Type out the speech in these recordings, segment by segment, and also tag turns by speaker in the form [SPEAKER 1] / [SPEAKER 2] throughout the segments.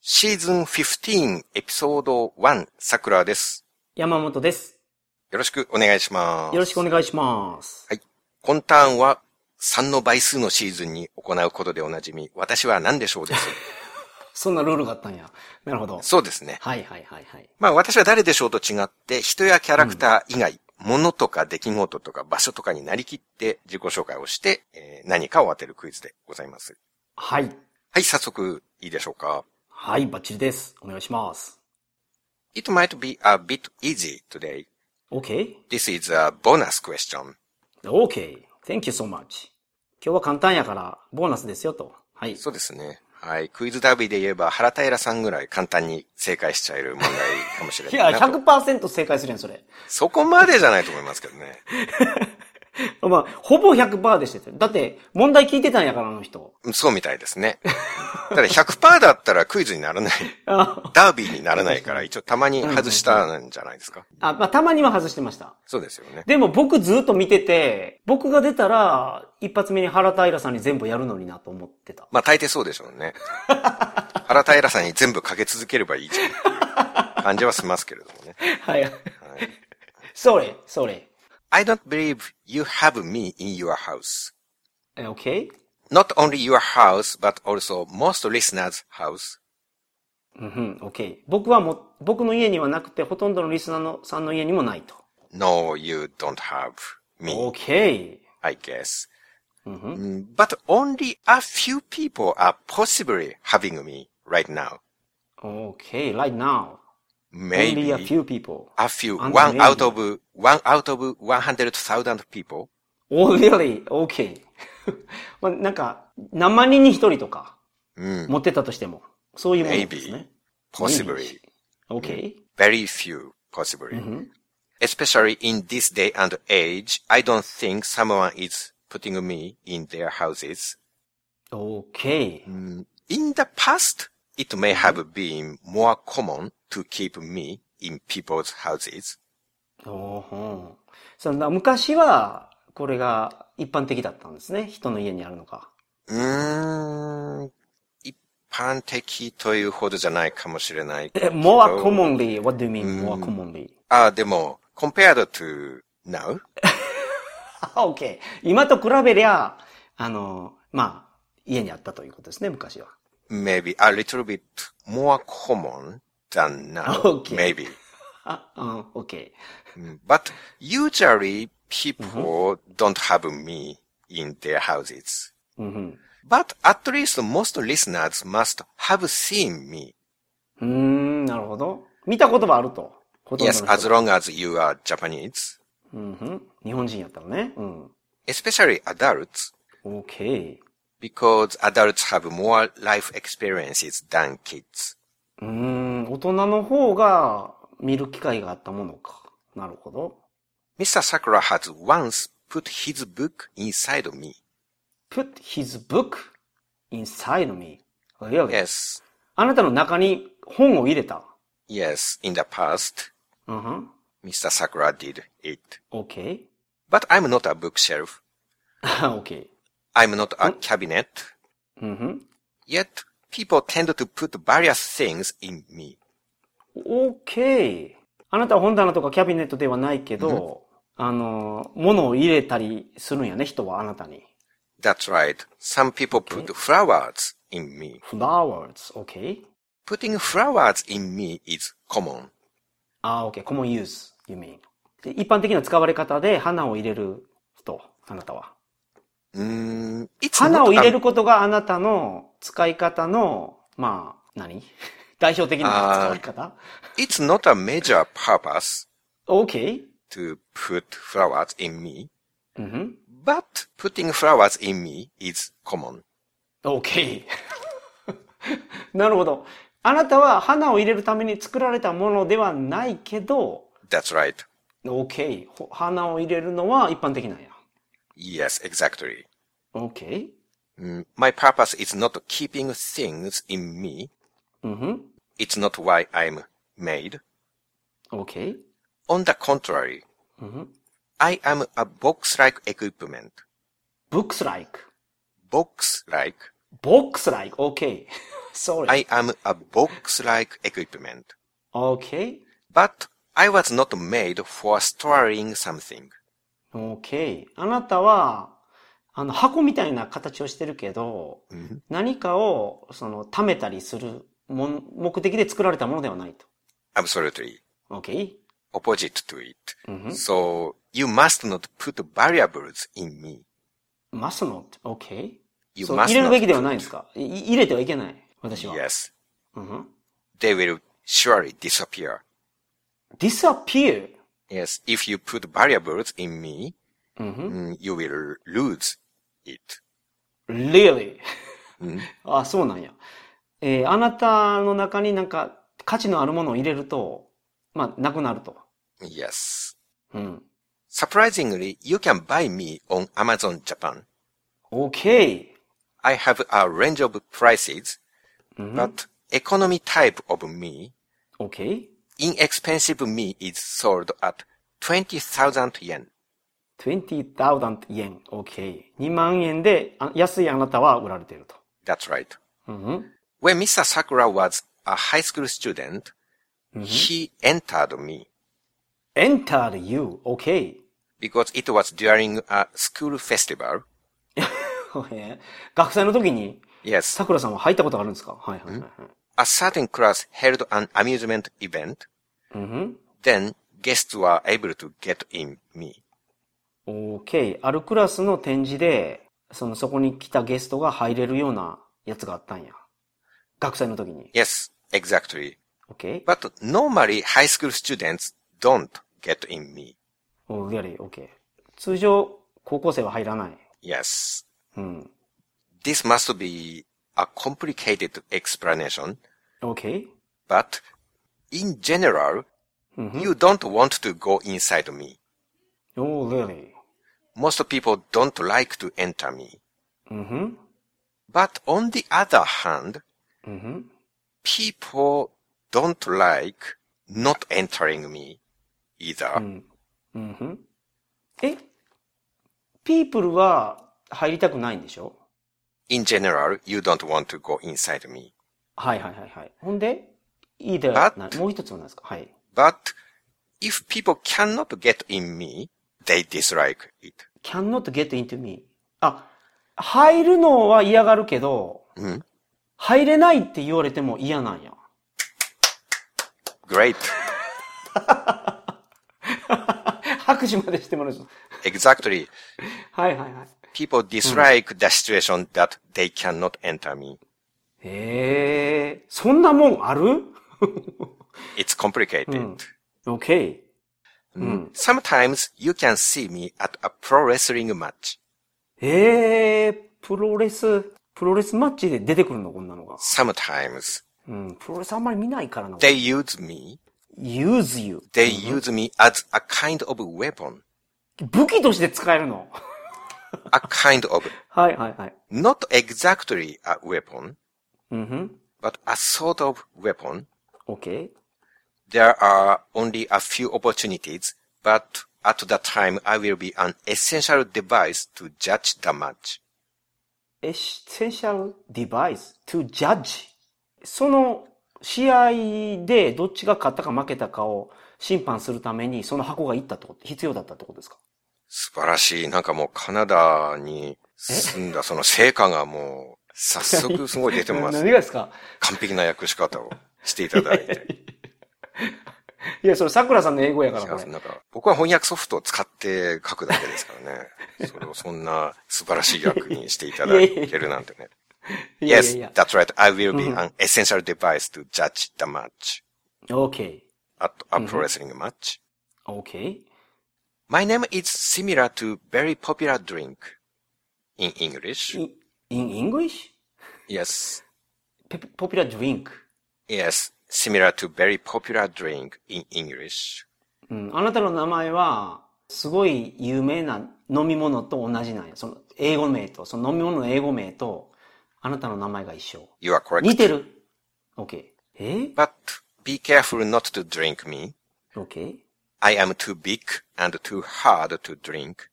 [SPEAKER 1] シーズン15エピソード1桜です。
[SPEAKER 2] 山本です。
[SPEAKER 1] よろしくお願いします。
[SPEAKER 2] よろしくお願いします。
[SPEAKER 1] はい。今ターンは3の倍数のシーズンに行うことでおなじみ、私は何でしょうです。
[SPEAKER 2] そんなルールがあったんや。なるほど。
[SPEAKER 1] そうですね。
[SPEAKER 2] はいはいはいはい。
[SPEAKER 1] まあ私は誰でしょうと違って、人やキャラクター以外、物とか出来事とか場所とかになりきって自己紹介をして、えー何かを当てるクイズでございます。
[SPEAKER 2] はい。
[SPEAKER 1] はい、早速いいでしょうか。
[SPEAKER 2] はい、バッチリです。お願いします。
[SPEAKER 1] It might be a bit easy today.
[SPEAKER 2] OK?OK?Thank、
[SPEAKER 1] This is a bonus question.
[SPEAKER 2] Okay. Thank you so much. 今日は簡単やから、ボーナスですよと。はい。
[SPEAKER 1] そうですね。はい。クイズダービーで言えば、原平さんぐらい簡単に正解しちゃえる問題かもしれ
[SPEAKER 2] い
[SPEAKER 1] な
[SPEAKER 2] や、
[SPEAKER 1] いなと。
[SPEAKER 2] 100%正解するやん、それ。
[SPEAKER 1] そこまでじゃないと思いますけどね。
[SPEAKER 2] まあ、ほぼ100%でしたよ。だって、問題聞いてたんやから、あの人。
[SPEAKER 1] そうみたいですね。ただ100%だったらクイズにならない。
[SPEAKER 2] あ、
[SPEAKER 1] ダービーにならないから、一応たまに外したんじゃないですか。
[SPEAKER 2] あまあ、たまには外してました。
[SPEAKER 1] そうですよね。
[SPEAKER 2] でも僕ずっと見てて、僕が出たら、一発目に原平さんに全部やるのになと思ってた。
[SPEAKER 1] まあ大抵そうでしょうね。原平さんに全部かけ続ければいいじゃんっていう感じはしますけれどもね。
[SPEAKER 2] はい。それ、それ。
[SPEAKER 1] I don't believe you have me in your house.
[SPEAKER 2] Eh, Okay?
[SPEAKER 1] Not only your house, but also most listeners' house.
[SPEAKER 2] うんうん、OK。僕はもう、僕の家にはなくて、ほとんどのリスナーのさんの家にもないと。
[SPEAKER 1] No, you don't have me,
[SPEAKER 2] Oh. OK。
[SPEAKER 1] I guess.
[SPEAKER 2] うんうん
[SPEAKER 1] Mm, But only a few people are possibly having me right now.
[SPEAKER 2] OK, right now.
[SPEAKER 1] Maybe
[SPEAKER 2] Only a few people.
[SPEAKER 1] a few,
[SPEAKER 2] And
[SPEAKER 1] one
[SPEAKER 2] maybe.
[SPEAKER 1] out of one out of 100,000 people.
[SPEAKER 2] Oh, really? OK. まあ、なんか、何万人に一人とか、持ってたとしても、そういうものですね。
[SPEAKER 1] Possibly,
[SPEAKER 2] OK?
[SPEAKER 1] very few, possibly.
[SPEAKER 2] Mm-hmm.
[SPEAKER 1] Especially in this day and age, I don't think someone is putting me in their houses.
[SPEAKER 2] OK.
[SPEAKER 1] In the past, it
[SPEAKER 2] Mm-hmm.
[SPEAKER 1] may have been more common to keep me in people's houses.
[SPEAKER 2] おーほんその昔は、これが一般的だったんですね。人の家にあるのが。
[SPEAKER 1] うーん、一般的というほどじゃないかもしれない。
[SPEAKER 2] え、more commonly, what do you mean more commonly?
[SPEAKER 1] ああ、でも、compared to now?
[SPEAKER 2] あ、OK。今と比べりゃ、あの、まあ、家にあったということですね、昔は。
[SPEAKER 1] Maybe a little bit more common than now.
[SPEAKER 2] Okay.
[SPEAKER 1] Maybe.
[SPEAKER 2] あ、うん、OK。
[SPEAKER 1] But usually people don't have me in their houses.
[SPEAKER 2] うん
[SPEAKER 1] But at least most listeners must have seen me.
[SPEAKER 2] うん、うーん、なるほど。見たことはあると。ほとんどの
[SPEAKER 1] Yes,
[SPEAKER 2] 人
[SPEAKER 1] as long as you are Japanese,
[SPEAKER 2] うんうん、日本人やったらね。うん。
[SPEAKER 1] especially adults,
[SPEAKER 2] OK。
[SPEAKER 1] because adults have more life experiences than kids.
[SPEAKER 2] うーん、大人の方が見る機会があったものか。なるほど。
[SPEAKER 1] Mr. Sakura has once put his book inside of me.
[SPEAKER 2] put his book inside me. Really?
[SPEAKER 1] Yes,
[SPEAKER 2] あなたの中に本を入れた。
[SPEAKER 1] yes, in the past,
[SPEAKER 2] うんうん。
[SPEAKER 1] Mr. Sakura did it.
[SPEAKER 2] OK?
[SPEAKER 1] But I'm not a bookshelf.
[SPEAKER 2] OK.
[SPEAKER 1] I'm not a cabinet.
[SPEAKER 2] うんうん。
[SPEAKER 1] Yet, people tend to put various things in me.
[SPEAKER 2] OK。あなたは本棚とかキャビネットではないけど、あの、物を入れたりするんやね、人はあなたに。
[SPEAKER 1] That's right. Some people put flowers in me.
[SPEAKER 2] flowers, OK?
[SPEAKER 1] Putting flowers in me is common.
[SPEAKER 2] あー、OK, common use, you mean. で一般的な使われ方で花を入れる人、あなたは。
[SPEAKER 1] Mm, it's
[SPEAKER 2] 花
[SPEAKER 1] not
[SPEAKER 2] を入れ
[SPEAKER 1] a,
[SPEAKER 2] ることがあなたの使い方の、まあ、何 代表的な使われ方
[SPEAKER 1] it's not a major purpose
[SPEAKER 2] ?OK?
[SPEAKER 1] to put flowers in me,
[SPEAKER 2] うんふん
[SPEAKER 1] but putting flowers in me is common.
[SPEAKER 2] OK。なるほど。あなたは花を入れるために作られたものではないけど、
[SPEAKER 1] That's right.
[SPEAKER 2] OK。ほ花を入れるのは一般的なんや。
[SPEAKER 1] Yes, exactly.
[SPEAKER 2] OK?
[SPEAKER 1] Mm, my purpose is not keeping things in me.
[SPEAKER 2] うんふん
[SPEAKER 1] It's not why I'm made.
[SPEAKER 2] ?OK?
[SPEAKER 1] On the contrary,
[SPEAKER 2] うんふん
[SPEAKER 1] I am a box-like equipment.
[SPEAKER 2] Books like.
[SPEAKER 1] Box-like
[SPEAKER 2] Box like. OK. Sorry.
[SPEAKER 1] I am a box-like equipment,
[SPEAKER 2] Okay.
[SPEAKER 1] but I was not made for storing something.
[SPEAKER 2] Okay. あなたは、あの、箱みたいな形をしてるけど、
[SPEAKER 1] うん
[SPEAKER 2] 何かを、その、貯めたりするもん目的で作られたものではないと。
[SPEAKER 1] Absolutely
[SPEAKER 2] Okay?
[SPEAKER 1] opposite to it.
[SPEAKER 2] うんふん
[SPEAKER 1] So you must not put variables in me.
[SPEAKER 2] must not. Okay?
[SPEAKER 1] You
[SPEAKER 2] そう
[SPEAKER 1] must
[SPEAKER 2] 入れるべき
[SPEAKER 1] not
[SPEAKER 2] ではないん
[SPEAKER 1] put-
[SPEAKER 2] ですかい入れてはいけない。私は。
[SPEAKER 1] Yes.
[SPEAKER 2] うんふん
[SPEAKER 1] They will surely disappear.
[SPEAKER 2] disappear.
[SPEAKER 1] Yes. If you put variables in me,
[SPEAKER 2] うんふん
[SPEAKER 1] mm, you will lose it.
[SPEAKER 2] really?
[SPEAKER 1] うん
[SPEAKER 2] あ、そうなんや。えーあなたの中になんか価値のあるものを入れると、まあ、なくなると。
[SPEAKER 1] Yes.
[SPEAKER 2] うん。
[SPEAKER 1] Surprisingly, you can buy me on Amazon Japan.
[SPEAKER 2] okay.
[SPEAKER 1] I have a range of prices,
[SPEAKER 2] うん、
[SPEAKER 1] but economy type of me,
[SPEAKER 2] okay.
[SPEAKER 1] inexpensive me is sold at 20,000 yen.
[SPEAKER 2] 20,000 yen. Okay. 2万円であ安いあなたは売られていると。
[SPEAKER 1] That's right.
[SPEAKER 2] うんうん。
[SPEAKER 1] When Mr. Sakura was a high school student, he entered me
[SPEAKER 2] entered you. Okay.
[SPEAKER 1] because it was during a school festival.
[SPEAKER 2] えー学生の時に、
[SPEAKER 1] Yes,
[SPEAKER 2] 桜さんは入ったことがあるんですかはいはいはいはい。
[SPEAKER 1] a certain class held an amusement event.
[SPEAKER 2] うんふん
[SPEAKER 1] Then guests were able to get in me.
[SPEAKER 2] OK。あるクラスの展示で、その、そこに来たゲストが入れるようなやつがあったんや。学生の時に。
[SPEAKER 1] Yes, exactly.
[SPEAKER 2] OK?
[SPEAKER 1] But normally high school students don't get in me.
[SPEAKER 2] おやれ、OK。通常、高校生は入らない。
[SPEAKER 1] Yes.
[SPEAKER 2] うん。
[SPEAKER 1] This must be a complicated explanation,
[SPEAKER 2] OK?
[SPEAKER 1] but in general,
[SPEAKER 2] うんふん
[SPEAKER 1] you don't want to go inside me.
[SPEAKER 2] Oh, really?
[SPEAKER 1] Most people don't like to enter me.
[SPEAKER 2] うんふん
[SPEAKER 1] But on the other hand,
[SPEAKER 2] うんふん
[SPEAKER 1] people don't like not entering me either.
[SPEAKER 2] うん。うんふんえ ?people は入りたくないんでしょ
[SPEAKER 1] In general, you don't want to go inside me.
[SPEAKER 2] はいはいはいはい。ほんで、いいで
[SPEAKER 1] But-
[SPEAKER 2] なもう一つは何ですかはい。
[SPEAKER 1] But if people cannot get in me, they dislike it.
[SPEAKER 2] cannot get into me. あ、入るのは嫌がるけど、
[SPEAKER 1] うん
[SPEAKER 2] 入れないって言われても嫌なんや。
[SPEAKER 1] Great.
[SPEAKER 2] 拍手までしてもらう。
[SPEAKER 1] exactly.
[SPEAKER 2] はいはいはい。
[SPEAKER 1] People dislike the situation that they cannot enter me.
[SPEAKER 2] へえ、そんなもんある
[SPEAKER 1] It's complicated.
[SPEAKER 2] ?OK。
[SPEAKER 1] Mm. Sometimes you can see me at a pro wrestling match.
[SPEAKER 2] ええ、プロレス、プロレスマッチで出てくるの、こんなのが。
[SPEAKER 1] Sometimes
[SPEAKER 2] うん、プロレスあんまり見ないからな。
[SPEAKER 1] they use me
[SPEAKER 2] use you.
[SPEAKER 1] They use me as a kind of weapon.
[SPEAKER 2] 武器として使えるの。
[SPEAKER 1] A kind of,
[SPEAKER 2] はいはいはい。
[SPEAKER 1] not exactly a weapon,
[SPEAKER 2] うんふん。
[SPEAKER 1] but a sort of weapon.
[SPEAKER 2] OK。
[SPEAKER 1] There are only a few opportunities, but at that time I will be an essential device to judge the match.
[SPEAKER 2] essential device to judge その試合でどっちが勝ったか負けたかを審判するためにその箱がいったってこと、必要だったってことですか
[SPEAKER 1] 素晴らしい。なんかもうカナダに住んだその成果がもう早速すごい出てます。
[SPEAKER 2] 何がですか
[SPEAKER 1] 完璧な訳し方をしていただいて。
[SPEAKER 2] いや、それ桜さんの英語やから、
[SPEAKER 1] 違
[SPEAKER 2] こ
[SPEAKER 1] う
[SPEAKER 2] れ。
[SPEAKER 1] なんか、僕は翻訳ソフトを使って書くだけですから ね。それをそんな素晴らしい役にしていただけるなんてね。
[SPEAKER 2] いやい
[SPEAKER 1] yes,
[SPEAKER 2] やい
[SPEAKER 1] that's right. I will be an essential device to judge the match
[SPEAKER 2] や。OK。
[SPEAKER 1] at a pro wrestling match.
[SPEAKER 2] OK。
[SPEAKER 1] My name is similar to very popular drink in English.
[SPEAKER 2] In English?
[SPEAKER 1] Yes,
[SPEAKER 2] Pe- Popular drink.
[SPEAKER 1] yes, similar to very popular drink in English.
[SPEAKER 2] うん。あなたの名前は、すごい有名な飲み物と同じなんや。その英語名と、その飲み物の英語名と、あなたの名前が一緒。
[SPEAKER 1] You are
[SPEAKER 2] 似
[SPEAKER 1] correct.
[SPEAKER 2] てる。OK。え
[SPEAKER 1] But be careful not to drink me.
[SPEAKER 2] ?OK。
[SPEAKER 1] I am too big and too hard to drink.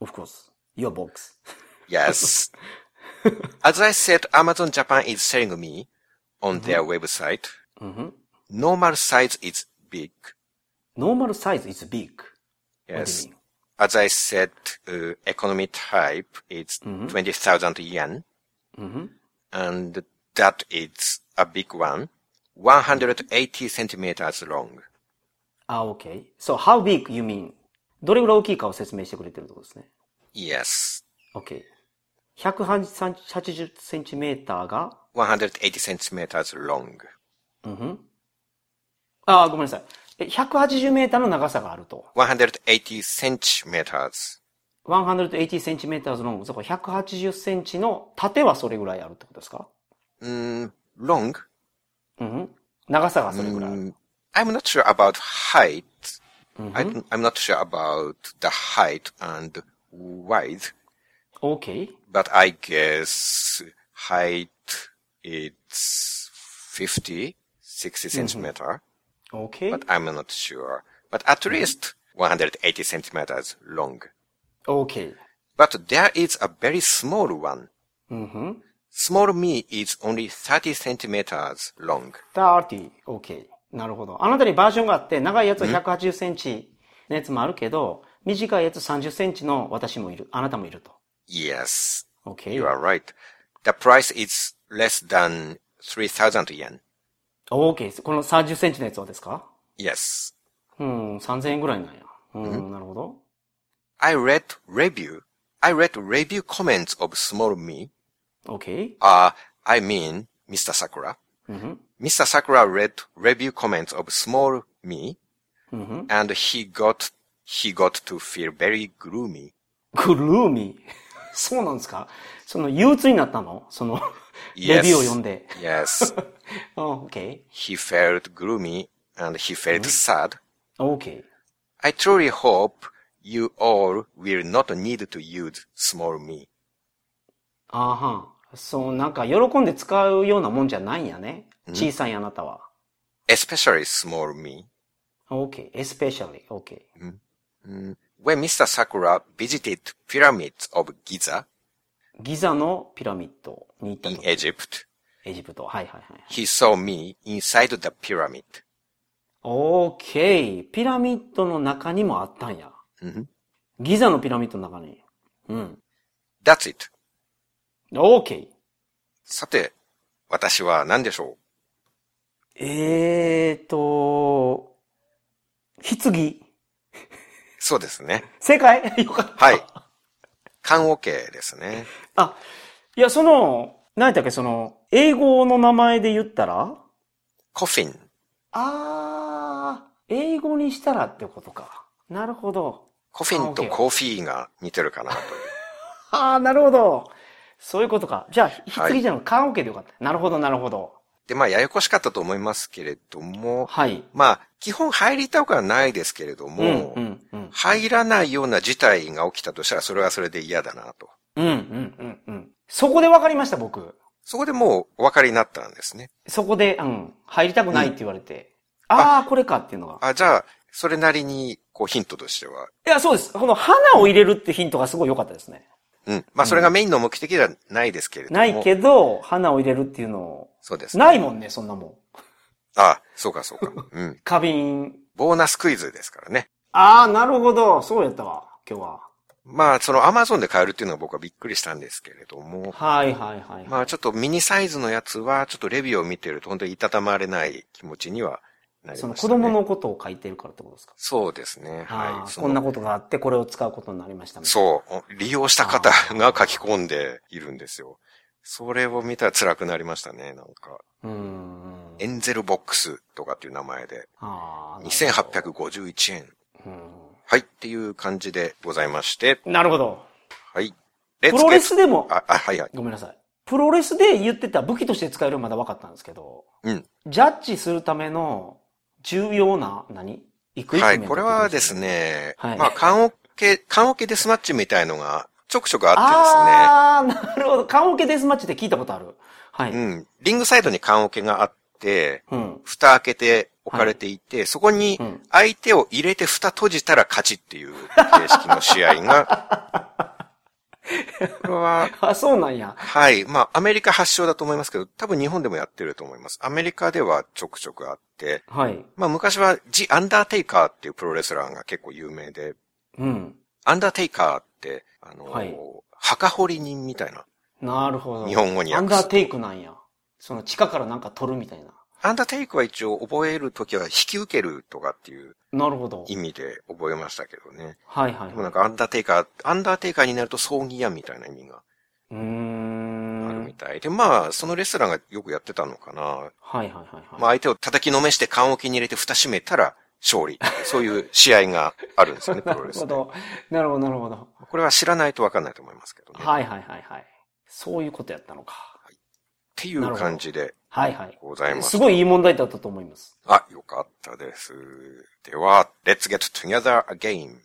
[SPEAKER 2] Of course. Your box.
[SPEAKER 1] Yes. As I said, Amazon Japan is selling me on
[SPEAKER 2] Mm-hmm.
[SPEAKER 1] their website.
[SPEAKER 2] うんふん
[SPEAKER 1] Normal size is big.
[SPEAKER 2] normal size is big. What do
[SPEAKER 1] Yes.
[SPEAKER 2] you mean?
[SPEAKER 1] As I said, uh, economy type is
[SPEAKER 2] Mm-hmm.
[SPEAKER 1] 20,000 yen. And that is a big one. 180 centimeters long.
[SPEAKER 2] あ、okay. So, how big you mean? どれぐらい大きいかを説明してくれてるってことですね。
[SPEAKER 1] Yes.
[SPEAKER 2] OK。180センチメーターが、
[SPEAKER 1] 180 centimeters long.
[SPEAKER 2] あ、ごめんなさい。え180メーターの長さがあると。
[SPEAKER 1] 180 centimeters.
[SPEAKER 2] 180センチメーターの、そこ180センチの縦はそれぐらいあるってことですか
[SPEAKER 1] Mm, long?
[SPEAKER 2] うんふん。長さがそれぐらいある。
[SPEAKER 1] Mm, I'm not sure about height. I, I'm not sure about the height and width,
[SPEAKER 2] OK?
[SPEAKER 1] but I guess height it's 50, 60 centimeter,
[SPEAKER 2] OK?
[SPEAKER 1] but I'm not sure. But at least 180 centimeters long.
[SPEAKER 2] OK?
[SPEAKER 1] But there is a very small one.
[SPEAKER 2] うんふん。
[SPEAKER 1] Small me is only 30 centimeters long.
[SPEAKER 2] 30 OK。なるほど。あなたにバージョンがあって、長いやつは180センチのやつもあるけど、短いやつ30センチの私もいる。あなたもいると。
[SPEAKER 1] Yes,
[SPEAKER 2] OK?
[SPEAKER 1] you are right. The price is less than 3,000 yen.
[SPEAKER 2] OK。この30センチのやつはですか
[SPEAKER 1] Yes.
[SPEAKER 2] うん、3000円ぐらいなんや。うん、なるほど。
[SPEAKER 1] I read review. I read review comments of small me.
[SPEAKER 2] OK?
[SPEAKER 1] Uh, I mean, Mr. Sakura. Mr. Sakura read review comments of small me and he got, he got to feel very gloomy.
[SPEAKER 2] グルーミー。 そうなんですかその憂鬱になったのその、レビューを読んで。
[SPEAKER 1] Yes.
[SPEAKER 2] あ OK。
[SPEAKER 1] he felt gloomy and he felt sad.
[SPEAKER 2] OK。
[SPEAKER 1] I truly hope you all will not need to use small me.
[SPEAKER 2] あーはん。そう、なんか喜んで使うようなもんじゃないんやね。小さいあなたは。
[SPEAKER 1] Especially small me.
[SPEAKER 2] OK。especially. OK。
[SPEAKER 1] When Mr. Sakura visited pyramids of Giza
[SPEAKER 2] ギザのピラミッドに行った
[SPEAKER 1] in
[SPEAKER 2] と。
[SPEAKER 1] Egypt,
[SPEAKER 2] エジプト。はいはいはい。
[SPEAKER 1] he saw me inside the pyramid.
[SPEAKER 2] OK。ピラミッドの中にもあったんや。
[SPEAKER 1] Mhm.
[SPEAKER 2] ギザのピラミッドの中に。うん。
[SPEAKER 1] That's it.
[SPEAKER 2] OK。
[SPEAKER 1] さて、私は何でしょ
[SPEAKER 2] えーと、棺。
[SPEAKER 1] うそうですね。
[SPEAKER 2] 正解 よかった。
[SPEAKER 1] はい。缶オケですね。
[SPEAKER 2] あ、いや、その、何やったっけ、その、英語の名前で言ったら
[SPEAKER 1] コフィン。
[SPEAKER 2] あー、英語にしたらってことか。なるほど。
[SPEAKER 1] コフィンとコーヒーが似てるかなと。
[SPEAKER 2] あー、なるほど。そういうことか。じゃあ、
[SPEAKER 1] はい
[SPEAKER 2] 棺じゃなくて、棺桶でよかった。なるほど、なるほど。
[SPEAKER 1] で、まあ、ややこしかったと思いますけれども、
[SPEAKER 2] はい。
[SPEAKER 1] まあ、基本入りたくはないですけれど
[SPEAKER 2] うん、
[SPEAKER 1] も、
[SPEAKER 2] うん、うん。
[SPEAKER 1] 入らないような事態が起きたとしたら、それはそれで嫌だなと。
[SPEAKER 2] うん、うん、うん、うん。そこで分かりました、僕。
[SPEAKER 1] そこでもうお分かりになったんですね。
[SPEAKER 2] そこで、うん、入りたくないって言われて。あー、これかっていうのが。
[SPEAKER 1] あ、じゃあ、それなりに、こう、ヒントとしては、
[SPEAKER 2] いや、そうです。この花を入れるってヒントがすごい良かったですね。
[SPEAKER 1] うん。まあ、それがメインの目的ではないですけれども。
[SPEAKER 2] ないけど、花を入れるっていうのを。
[SPEAKER 1] そうです。
[SPEAKER 2] ないもんね、そんなもん。
[SPEAKER 1] あ、そうか、そう か。うん。
[SPEAKER 2] 花瓶。
[SPEAKER 1] ボーナスクイズですからね。
[SPEAKER 2] ああ、なるほど。そうやったわ、今日は。
[SPEAKER 1] まあ、そのアマゾンで買えるっていうのは僕はびっくりしたんですけれども、
[SPEAKER 2] はいはいはい。
[SPEAKER 1] まあ、ちょっとミニサイズのやつは、ちょっとレビューを見てると、本当にいたたまれない気持ちにはなりました、ね。
[SPEAKER 2] その子供のことを書いてるからってことですか。
[SPEAKER 1] そうですね。
[SPEAKER 2] あ
[SPEAKER 1] はい。
[SPEAKER 2] ー
[SPEAKER 1] そ
[SPEAKER 2] こんな
[SPEAKER 1] の
[SPEAKER 2] ことがあって、これを使うことになりましたみたいな。
[SPEAKER 1] そう。利用した方が書き込んでいるんですよ。それを見たら辛くなりましたね。なんか、
[SPEAKER 2] う。うん。
[SPEAKER 1] エンゼルボックスとかっていう名前で、
[SPEAKER 2] あー
[SPEAKER 1] 2851円。はい。っていう感じでございまして。
[SPEAKER 2] なるほど。
[SPEAKER 1] はい。レ
[SPEAKER 2] プロレスでも、
[SPEAKER 1] あ、あ、はいはい。
[SPEAKER 2] ごめんなさい。プロレスで言ってた武器として使えるのまだ分かったんですけど、
[SPEAKER 1] うん。
[SPEAKER 2] ジャッジするための重要な、何イクイプメント
[SPEAKER 1] はい。これはです
[SPEAKER 2] ね。
[SPEAKER 1] ね、
[SPEAKER 2] はい
[SPEAKER 1] まあ、缶オケ、缶オケデスマッチみたいのがちょくちょくあっ
[SPEAKER 2] ああー、なるほど。缶オケデスマッチって聞いたことある。はい。
[SPEAKER 1] てですね。うん。リングサイドに缶オケがあって、
[SPEAKER 2] うん。
[SPEAKER 1] 蓋開けて置かれていて、そこに
[SPEAKER 2] うん
[SPEAKER 1] 相 手を入れて蓋閉じたら勝ちっていう形式の試合がこれは、
[SPEAKER 2] あ、そうなんや。
[SPEAKER 1] はい。まあ、アメリカ発祥だと思いますけど、多分日本でもやってると思います。アメリカではちょくちょくあって、
[SPEAKER 2] はい。
[SPEAKER 1] まあ、昔は、ジ・アンダーテイカーっていうプロレスラーが結構有名で、
[SPEAKER 2] うん。
[SPEAKER 1] アンダーテイカーって、あの、
[SPEAKER 2] はい
[SPEAKER 1] 墓掘り人みたいな。
[SPEAKER 2] なるほど。
[SPEAKER 1] 日本語に
[SPEAKER 2] ア
[SPEAKER 1] 訳
[SPEAKER 2] ン
[SPEAKER 1] す
[SPEAKER 2] ダーテイクなんや。その地下からなんか取るみたいな。
[SPEAKER 1] アンダーテイクは一応覚えるときは引き受けるとかっていう
[SPEAKER 2] なるほど。
[SPEAKER 1] 意味で覚えましたけどね。
[SPEAKER 2] はいはい
[SPEAKER 1] でもなん
[SPEAKER 2] はい。
[SPEAKER 1] かアンダーテイカー、アンダーテイカーになると葬儀屋みたいな意味が
[SPEAKER 2] うー
[SPEAKER 1] ある
[SPEAKER 2] ん。は
[SPEAKER 1] み
[SPEAKER 2] い
[SPEAKER 1] たい。で、まあ、そのレスラーがよくやってたのかな。
[SPEAKER 2] はいはい
[SPEAKER 1] まあ
[SPEAKER 2] は
[SPEAKER 1] 相
[SPEAKER 2] い。
[SPEAKER 1] 手を叩きのめして缶置きに入れて蓋閉めたら勝利。そういう試合があるんですよね、プ
[SPEAKER 2] な
[SPEAKER 1] ロ
[SPEAKER 2] る
[SPEAKER 1] レス
[SPEAKER 2] ほ
[SPEAKER 1] で。
[SPEAKER 2] ど。なるほど、なるほど。
[SPEAKER 1] これは知らないとわかんないと思いますけどね。っ
[SPEAKER 2] はいはいはいはい。そういうことやったのか。
[SPEAKER 1] ていう感じで
[SPEAKER 2] はいはい。
[SPEAKER 1] ございます
[SPEAKER 2] す。ごいいい問題だったと思います。
[SPEAKER 1] あ、よかったです。では、Let's get together again.